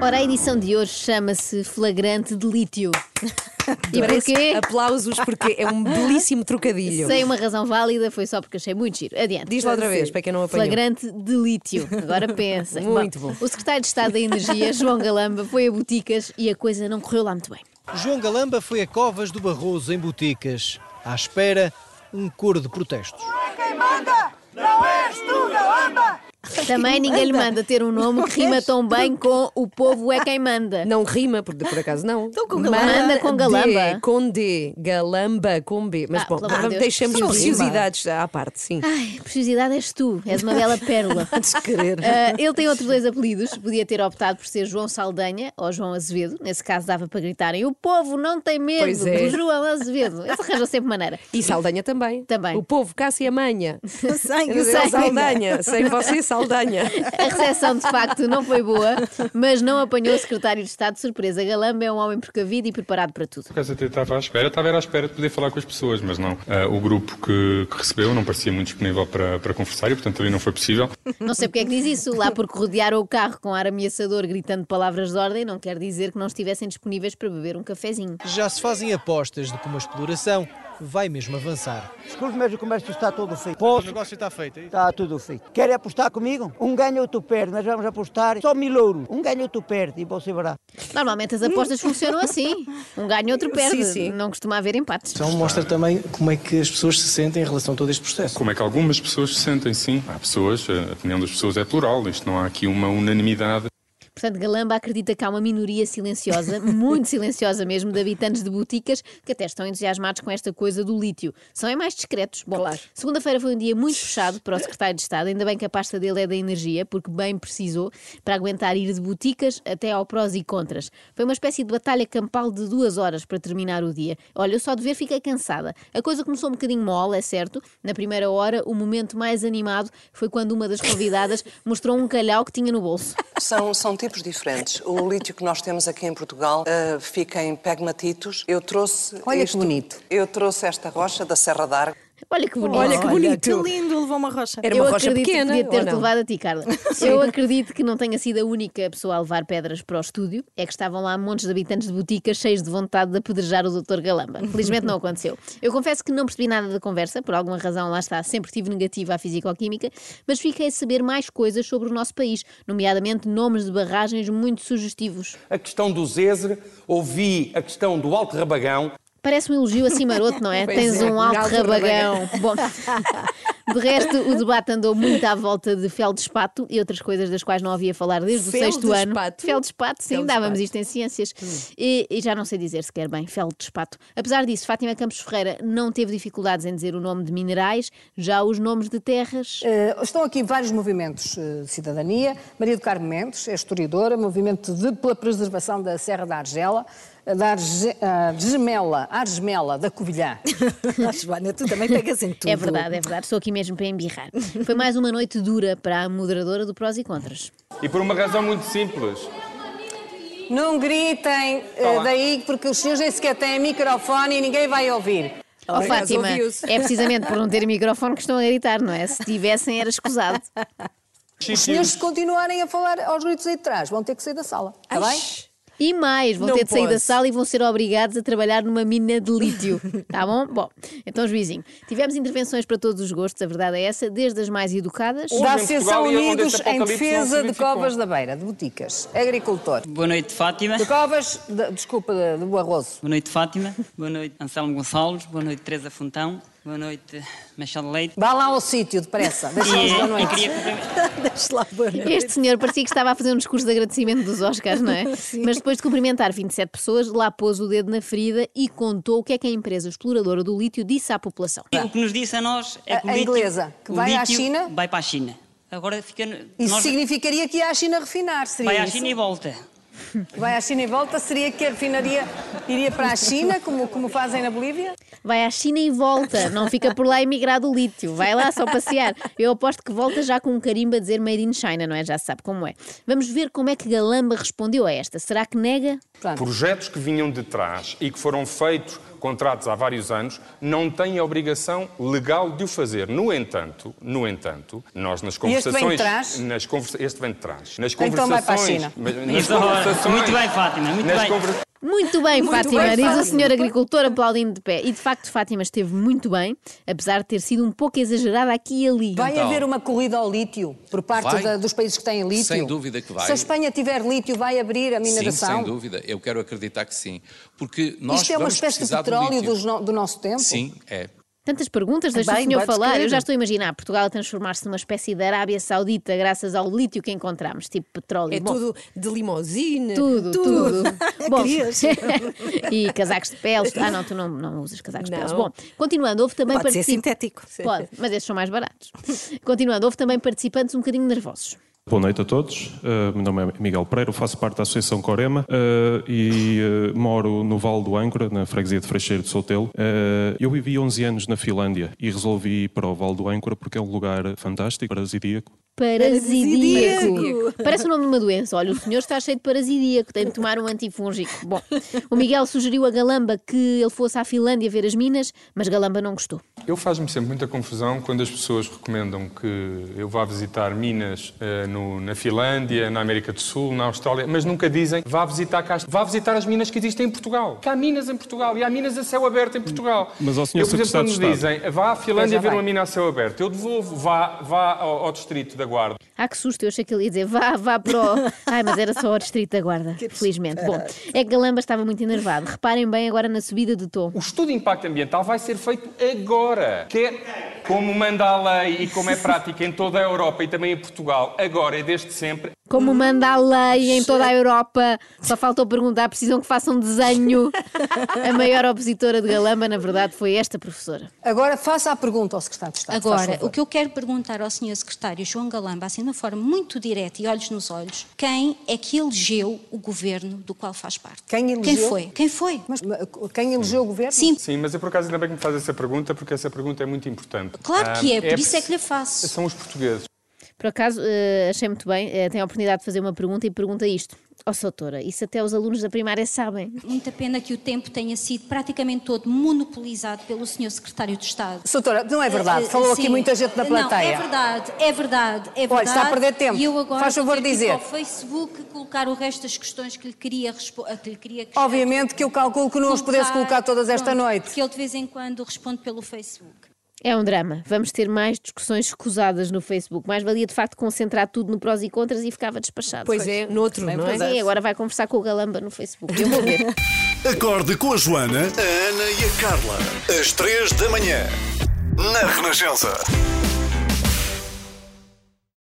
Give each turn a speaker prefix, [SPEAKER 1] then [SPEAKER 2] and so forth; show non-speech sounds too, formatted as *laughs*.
[SPEAKER 1] Ora, a edição de hoje chama-se Flagrante de Lítio.
[SPEAKER 2] *laughs*
[SPEAKER 1] E
[SPEAKER 2] Parece
[SPEAKER 1] porquê?
[SPEAKER 2] Aplausos porque é um belíssimo trocadilho.
[SPEAKER 1] Sem uma razão válida, foi só porque achei muito giro. Adiante.
[SPEAKER 2] Diz lá outra vez, para quem não apanhou.
[SPEAKER 1] Flagrante de lítio.
[SPEAKER 2] *laughs*
[SPEAKER 1] Agora pensem.
[SPEAKER 2] Muito bom.
[SPEAKER 1] O secretário de Estado
[SPEAKER 2] *laughs*
[SPEAKER 1] da Energia, João Galamba, foi a Boticas e a coisa não correu lá muito bem.
[SPEAKER 3] João Galamba foi a Covas do Barroso, em Boticas. À espera, um coro de protestos.
[SPEAKER 4] é quem manda não és tu, Galamba!
[SPEAKER 1] Também ninguém lhe
[SPEAKER 2] manda?
[SPEAKER 1] manda ter um nome que rima tão bem com o povo é quem manda.
[SPEAKER 2] Não rima, por, por acaso não. Então
[SPEAKER 1] com galamba. Manda com galamba.
[SPEAKER 2] D, com D, galamba com B. Mas
[SPEAKER 1] Ah,
[SPEAKER 2] bom,
[SPEAKER 1] pelo amor de
[SPEAKER 2] vamos-
[SPEAKER 1] Deus.
[SPEAKER 2] deixamos
[SPEAKER 1] Não rima.
[SPEAKER 2] preciosidades à parte, sim.
[SPEAKER 1] Ai, preciosidade és tu, és uma bela pérola.
[SPEAKER 2] Antes *laughs* de querer.
[SPEAKER 1] Ah, ele tem outros dois apelidos, podia ter optado por ser João Saldanha ou João Azevedo. Nesse caso dava para gritarem: o povo não tem medo
[SPEAKER 2] Pois é.
[SPEAKER 1] do João Azevedo. Eles arranjam sempre maneira.
[SPEAKER 2] E Saldanha também.
[SPEAKER 1] Também.
[SPEAKER 2] O povo, Cássio e
[SPEAKER 1] *laughs*
[SPEAKER 2] Amanha.
[SPEAKER 1] Sangue,
[SPEAKER 2] é Saldanha. Sem você, Saldanha.
[SPEAKER 1] A recepção de facto não foi boa, mas não apanhou o secretário de Estado de surpresa. Galamba é um homem precavido e preparado para tudo.
[SPEAKER 5] Por acaso até estava à espera, estava era à espera de poder falar com as pessoas, mas não. Ah, o grupo que, que recebeu não parecia muito disponível para, para conversar e, portanto, ali não foi possível.
[SPEAKER 1] Não sei porque é que diz isso, lá porque rodearam o carro com ar ameaçador gritando palavras de ordem não quer dizer que não estivessem disponíveis para beber um cafezinho.
[SPEAKER 3] Já se fazem apostas de como a exploração vai mesmo avançar.
[SPEAKER 6] Desculpe, mas o comércio está todo feito. Posso?
[SPEAKER 3] negócio está feito, é
[SPEAKER 6] Está tudo feito. Querem apostar comigo? Um ganha, outro perde. Nós vamos apostar só mil euros. Um ganha, outro perde e você verá.
[SPEAKER 1] Normalmente as apostas funcionam assim: um ganha, outro perde.
[SPEAKER 2] Sim, sim.
[SPEAKER 1] Não costuma haver empates.
[SPEAKER 7] Então mostra também como é que as pessoas se sentem em relação a todo este processo.
[SPEAKER 5] Como é que algumas pessoas se sentem, sim. Há pessoas, a opinião das pessoas é plural, isto não há aqui uma unanimidade.
[SPEAKER 1] Portanto, Galamba acredita que há uma minoria silenciosa, muito silenciosa mesmo, de habitantes de boticas que até estão entusiasmados com esta coisa do lítio. São é mais discretos. Bom,
[SPEAKER 2] Claro.
[SPEAKER 1] segunda-feira foi um dia muito fechado para o secretário de Estado, ainda bem que a pasta dele é da energia, porque bem precisou para aguentar ir de boticas até ao prós e contras. Foi uma espécie de batalha campal de duas horas para terminar o dia. Olha, eu só de ver fiquei cansada. A coisa começou um bocadinho mole, é certo. Na primeira hora, o momento mais animado foi quando uma das convidadas mostrou um calhau que tinha no bolso.
[SPEAKER 8] São, são tipos diferentes. O lítio que nós temos aqui em Portugal eh, fica em pegmatitos. Eu trouxe.
[SPEAKER 2] Olha que
[SPEAKER 8] isto-
[SPEAKER 2] bonito.
[SPEAKER 8] Eu trouxe esta rocha da Serra d'Arga.
[SPEAKER 1] Olha que bonito.
[SPEAKER 2] Olha que bonito.
[SPEAKER 4] lindo, levou uma rocha.
[SPEAKER 2] Era uma
[SPEAKER 1] eu
[SPEAKER 2] rocha
[SPEAKER 1] acredito
[SPEAKER 2] pequena.
[SPEAKER 1] que
[SPEAKER 2] ou
[SPEAKER 1] podia ter-te
[SPEAKER 2] não?
[SPEAKER 1] levado a
[SPEAKER 2] *laughs*
[SPEAKER 1] ti, Carla. Eu acredito que não tenha sido a única pessoa a levar pedras para o estúdio. É que estavam lá montes de habitantes de boticas cheios de vontade de apedrejar o Dr. Galamba. Felizmente não aconteceu. Eu confesso que não percebi nada da conversa, por alguma razão lá está, sempre tive negativa à fisicoquímica, mas fiquei a saber mais coisas sobre o nosso país, nomeadamente nomes de barragens muito sugestivos.
[SPEAKER 9] a questão do Zezer, ouvi a questão do Alto Rabagão,
[SPEAKER 1] Parece um elogio assim maroto, não é?
[SPEAKER 2] *laughs* Pois
[SPEAKER 1] Tens
[SPEAKER 2] é,
[SPEAKER 1] um alto
[SPEAKER 2] alto
[SPEAKER 1] rabagão. Bom, *laughs* de resto, o debate andou muito à volta de feldespato e outras coisas das quais não havia falar desde o sexto ano.
[SPEAKER 2] Feldespato?
[SPEAKER 1] Feldespato, sim,
[SPEAKER 2] Feldespato.
[SPEAKER 1] dávamos isto em ciências.
[SPEAKER 2] Hum.
[SPEAKER 1] E, e já não sei dizer sequer bem, feldespato. Apesar disso, Fátima Campos Ferreira não teve dificuldades em dizer o nome de minerais, já os nomes de terras.
[SPEAKER 2] É
[SPEAKER 10] Eh, Estão aqui vários movimentos eh, de cidadania. Maria do Carmo Mendes é historiadora, movimento de- pela preservação da Serra da Argela, eh, da Arge, Argemela, Argemela
[SPEAKER 4] *laughs*
[SPEAKER 10] da Covilhã.
[SPEAKER 4] Joana, tu também pegas em tudo.
[SPEAKER 1] É verdade, é verdade. Estou aqui mesmo para embirrar. Foi mais uma noite dura para a moderadora do Prós e Contras.
[SPEAKER 5] E por uma razão muito simples.
[SPEAKER 10] Não gritem eh, daí, porque os senhores nem sequer têm microfone e ninguém vai ouvir.
[SPEAKER 1] Ó
[SPEAKER 2] Por acaso
[SPEAKER 1] Fátima,
[SPEAKER 2] ouviu-se.
[SPEAKER 1] é precisamente por não ter microfone que estão a gritar, não é? Se tivessem era escusado.
[SPEAKER 10] Os senhores, se continuarem a falar aos gritos aí de trás, vão ter que sair da sala. Está bem?
[SPEAKER 2] Ai,
[SPEAKER 1] E mais, vão
[SPEAKER 2] Não
[SPEAKER 1] ter de sair da
[SPEAKER 2] posso.
[SPEAKER 1] sala e vão ser obrigados a trabalhar numa mina de lítio. Tá bom? Bom, então, juizinho, tivemos intervenções para todos os gostos, a verdade é essa, desde as mais educadas.
[SPEAKER 9] Hoje
[SPEAKER 10] Da
[SPEAKER 9] em
[SPEAKER 10] Associação
[SPEAKER 9] Portugal e é onde
[SPEAKER 10] Unidos
[SPEAKER 9] este
[SPEAKER 10] em
[SPEAKER 9] apocalipse
[SPEAKER 10] Defesa
[SPEAKER 9] não
[SPEAKER 10] de
[SPEAKER 9] se verificou.
[SPEAKER 10] Covas da Beira, de Boticas, agricultor.
[SPEAKER 11] Boa noite, Fátima.
[SPEAKER 10] De Covas, de- desculpa, de- do Barroso.
[SPEAKER 11] Boa noite, Fátima. Boa noite, Anselmo Gonçalves. Boa noite, Teresa Fontão. Boa noite, Machado Leite.
[SPEAKER 10] Vá lá ao sítio, depressa. Deixa-nos
[SPEAKER 11] E,
[SPEAKER 10] da
[SPEAKER 11] eh, eu
[SPEAKER 10] noite.
[SPEAKER 11] queria cumprimentar-
[SPEAKER 10] *laughs*
[SPEAKER 4] Deixa lá, boa noite.
[SPEAKER 1] Este senhor parecia que estava a fazer um discurso de agradecimento dos Oscars, não
[SPEAKER 2] *laughs*
[SPEAKER 1] é? Mas depois de cumprimentar 27 pessoas, lá pôs o dedo na ferida e contou o que é que a empresa exploradora do lítio disse à população.
[SPEAKER 11] o que nos disse a nós é que o
[SPEAKER 10] A- a
[SPEAKER 11] lítio-
[SPEAKER 10] inglesa, que
[SPEAKER 11] o
[SPEAKER 10] vai à
[SPEAKER 11] lítio
[SPEAKER 10] China?
[SPEAKER 11] Vai para a China. Agora fica. no-
[SPEAKER 10] Isso
[SPEAKER 11] nós-
[SPEAKER 10] significaria que ia à China refinar, seria
[SPEAKER 11] Vai à
[SPEAKER 10] isso?
[SPEAKER 11] China e volta.
[SPEAKER 10] Vai à China e volta, seria que a refinaria iria para a China, como, como fazem na Bolívia?
[SPEAKER 1] Vai à China e volta, não fica por lá emigrado o lítio, vai lá só passear. Eu aposto que volta já com um carimbo a dizer Made in China, não é? Já se sabe como é. Vamos ver como é que Galamba respondeu a esta. Será que nega?
[SPEAKER 10] Pronto.
[SPEAKER 5] Projetos que vinham de trás e que foram feitos contratos há vários anos, não tem a obrigação legal de o fazer. No entanto, no entanto, nós nas
[SPEAKER 10] E este
[SPEAKER 5] conversações...
[SPEAKER 10] vem de trás?
[SPEAKER 5] Nas conversa este vem de trás. Nas
[SPEAKER 10] Então vai para a
[SPEAKER 5] conversações...
[SPEAKER 10] China.
[SPEAKER 5] mas- nas
[SPEAKER 10] Isso, olha,
[SPEAKER 5] conversações-
[SPEAKER 10] muito bem, Fátima, muito
[SPEAKER 5] nas
[SPEAKER 10] bem.
[SPEAKER 5] conver-
[SPEAKER 1] Muito bem,
[SPEAKER 10] Muito
[SPEAKER 1] Fátima,
[SPEAKER 10] bem,
[SPEAKER 1] diz o
[SPEAKER 10] Fátima.
[SPEAKER 1] senhor agricultor aplaudindo de pé. E de facto, Fátima esteve muito bem, apesar de ter sido um pouco exagerada aqui e ali.
[SPEAKER 10] Vai haver uma corrida ao lítio por parte
[SPEAKER 12] Então. Vai.
[SPEAKER 10] da- dos países que têm lítio?
[SPEAKER 12] Sem dúvida que vai.
[SPEAKER 10] Se a Espanha tiver lítio, vai abrir a mineração?
[SPEAKER 12] Sim, sem dúvida. Eu quero acreditar que sim. Porque nós
[SPEAKER 10] Isto é uma
[SPEAKER 12] vamos
[SPEAKER 10] espécie de
[SPEAKER 12] precisar do
[SPEAKER 10] petróleo
[SPEAKER 12] lítio.
[SPEAKER 10] dos no- do nosso tempo?
[SPEAKER 12] Sim, é.
[SPEAKER 1] Tantas perguntas, deixa
[SPEAKER 10] Bem,
[SPEAKER 1] o senhor
[SPEAKER 10] pode-se
[SPEAKER 1] falar.
[SPEAKER 10] crer.
[SPEAKER 1] Eu já estou a imaginar Portugal a transformar-se numa espécie de Arábia Saudita graças ao lítio que encontramos, tipo petróleo.
[SPEAKER 2] É
[SPEAKER 1] Bom,
[SPEAKER 2] tudo de limousine.
[SPEAKER 1] Tudo, tudo. *laughs*
[SPEAKER 2] *laughs*
[SPEAKER 1] Bom,
[SPEAKER 2] Querias?
[SPEAKER 13] *laughs*
[SPEAKER 1] e casacos de peles. Ah, não, tu não, não usas casacos de peles.
[SPEAKER 2] Não.
[SPEAKER 1] Bom, continuando, houve também
[SPEAKER 2] Pode ser
[SPEAKER 1] particip-
[SPEAKER 2] sintético.
[SPEAKER 1] Pode, mas estes são mais baratos. *laughs* Continuando, houve também participantes um bocadinho nervosos.
[SPEAKER 14] Boa noite a todos. Uh, meu nome é Miguel Pereira, eu faço parte da Associação Corema uh, e uh, moro no Vale do Âncora, na freguesia de Freixeiro de Sotelo. Uh, eu vivi 11 anos na Finlândia e resolvi ir para o Vale do Âncora porque é um lugar fantástico, paradisíaco.
[SPEAKER 1] Parasidíaco.
[SPEAKER 2] Parasidíaco.
[SPEAKER 1] Parece o nome de uma doença. Olha, o senhor está cheio de parasidíaco, tem de tomar um antifúngico. Bom, o Miguel sugeriu a Galamba que ele fosse à Finlândia ver as minas, mas Galamba não gostou.
[SPEAKER 5] Eu faz-me sempre muita confusão quando as pessoas recomendam que é eu vá visitar minas eh, no- na Finlândia, na América do Sul, na Austrália, mas nunca dizem vá visitar cá, vá visitar as minas que existem em Portugal. Que há minas em Portugal e há minas a céu aberto em Portugal.
[SPEAKER 14] Mas ao senhor
[SPEAKER 5] eu, por
[SPEAKER 14] secretário
[SPEAKER 5] exemplo, quando
[SPEAKER 14] de
[SPEAKER 5] me
[SPEAKER 14] Estado.
[SPEAKER 5] dizem vá à Finlândia
[SPEAKER 1] Pois já
[SPEAKER 5] ver
[SPEAKER 1] vai.
[SPEAKER 5] uma mina a céu aberto, eu devolvo, vá, vá ao, ao distrito da Guarda.
[SPEAKER 1] Ah, que susto, eu achei que ele ia dizer vá, vá
[SPEAKER 2] *laughs*
[SPEAKER 1] para o... Ai, mas era só o Distrito da Guarda, felizmente. Bom, é que Galamba estava muito enervado. Reparem bem agora na subida de tom.
[SPEAKER 5] O estudo de impacto ambiental vai ser feito agora. Quer como manda a lei e como é prática em toda a Europa e também em Portugal, agora e desde sempre,
[SPEAKER 2] Hum.
[SPEAKER 1] Como manda a lei em toda a Europa, só faltou perguntar, precisam que façam desenho. A maior opositora de Galamba, na verdade, foi esta professora.
[SPEAKER 10] Agora faça a pergunta ao secretário de Estado.
[SPEAKER 13] Agora, o que eu quero perguntar ao Sr. Secretário João Galamba, assim de uma forma muito direta e olhos nos olhos, quem é que elegeu o governo do qual faz parte?
[SPEAKER 10] Quem elegeu?
[SPEAKER 13] Quem foi? Quem foi?
[SPEAKER 10] Mas quem elegeu o governo?
[SPEAKER 13] Sim,
[SPEAKER 5] Sim, mas eu por acaso ainda bem que me faz essa pergunta, porque essa pergunta é muito importante.
[SPEAKER 13] claro que
[SPEAKER 5] Ah,
[SPEAKER 13] é, por isso é
[SPEAKER 5] preci-
[SPEAKER 13] que lhe faço.
[SPEAKER 5] São os portugueses.
[SPEAKER 1] Por acaso, eh, achei muito bem, eh, tenho a oportunidade de fazer uma pergunta e pergunta isto. Ó, oh, Soutora, isso até os alunos da primária sabem.
[SPEAKER 13] Muita pena que o tempo tenha sido praticamente todo monopolizado pelo Sr. Secretário de Estado.
[SPEAKER 10] Soutora, não é verdade.
[SPEAKER 13] Eh, eh,
[SPEAKER 10] Falou aqui
[SPEAKER 13] sim.
[SPEAKER 10] muita gente na
[SPEAKER 13] Não,
[SPEAKER 10] plateia.
[SPEAKER 13] é verdade, é verdade, é verdade.
[SPEAKER 10] Olha, está a perder tempo.
[SPEAKER 13] E eu agora
[SPEAKER 10] Faz
[SPEAKER 13] vou
[SPEAKER 10] favor
[SPEAKER 13] ter que ir
[SPEAKER 10] dizer.
[SPEAKER 13] Ao Facebook colocar o resto das questões que lhe queria respo- que lhe queria
[SPEAKER 10] Obviamente que eu calculo que não os pudesse colocar todas esta
[SPEAKER 13] Pronto,
[SPEAKER 10] noite.
[SPEAKER 13] Porque ele de vez em quando responde pelo Facebook.
[SPEAKER 1] É um drama. Vamos ter mais discussões escusadas no Facebook. Mais valia, de facto, concentrar tudo no prós e contras e ficava despachado.
[SPEAKER 2] Pois é, no outro,
[SPEAKER 1] Bem,
[SPEAKER 2] não
[SPEAKER 1] pois
[SPEAKER 2] é?
[SPEAKER 1] é, agora vai conversar com o Galamba no Facebook. Eu
[SPEAKER 2] *laughs*
[SPEAKER 1] vou ver.
[SPEAKER 15] Acorde com a Joana, a Ana e a Carla. Às três da manhã. Na Renascença.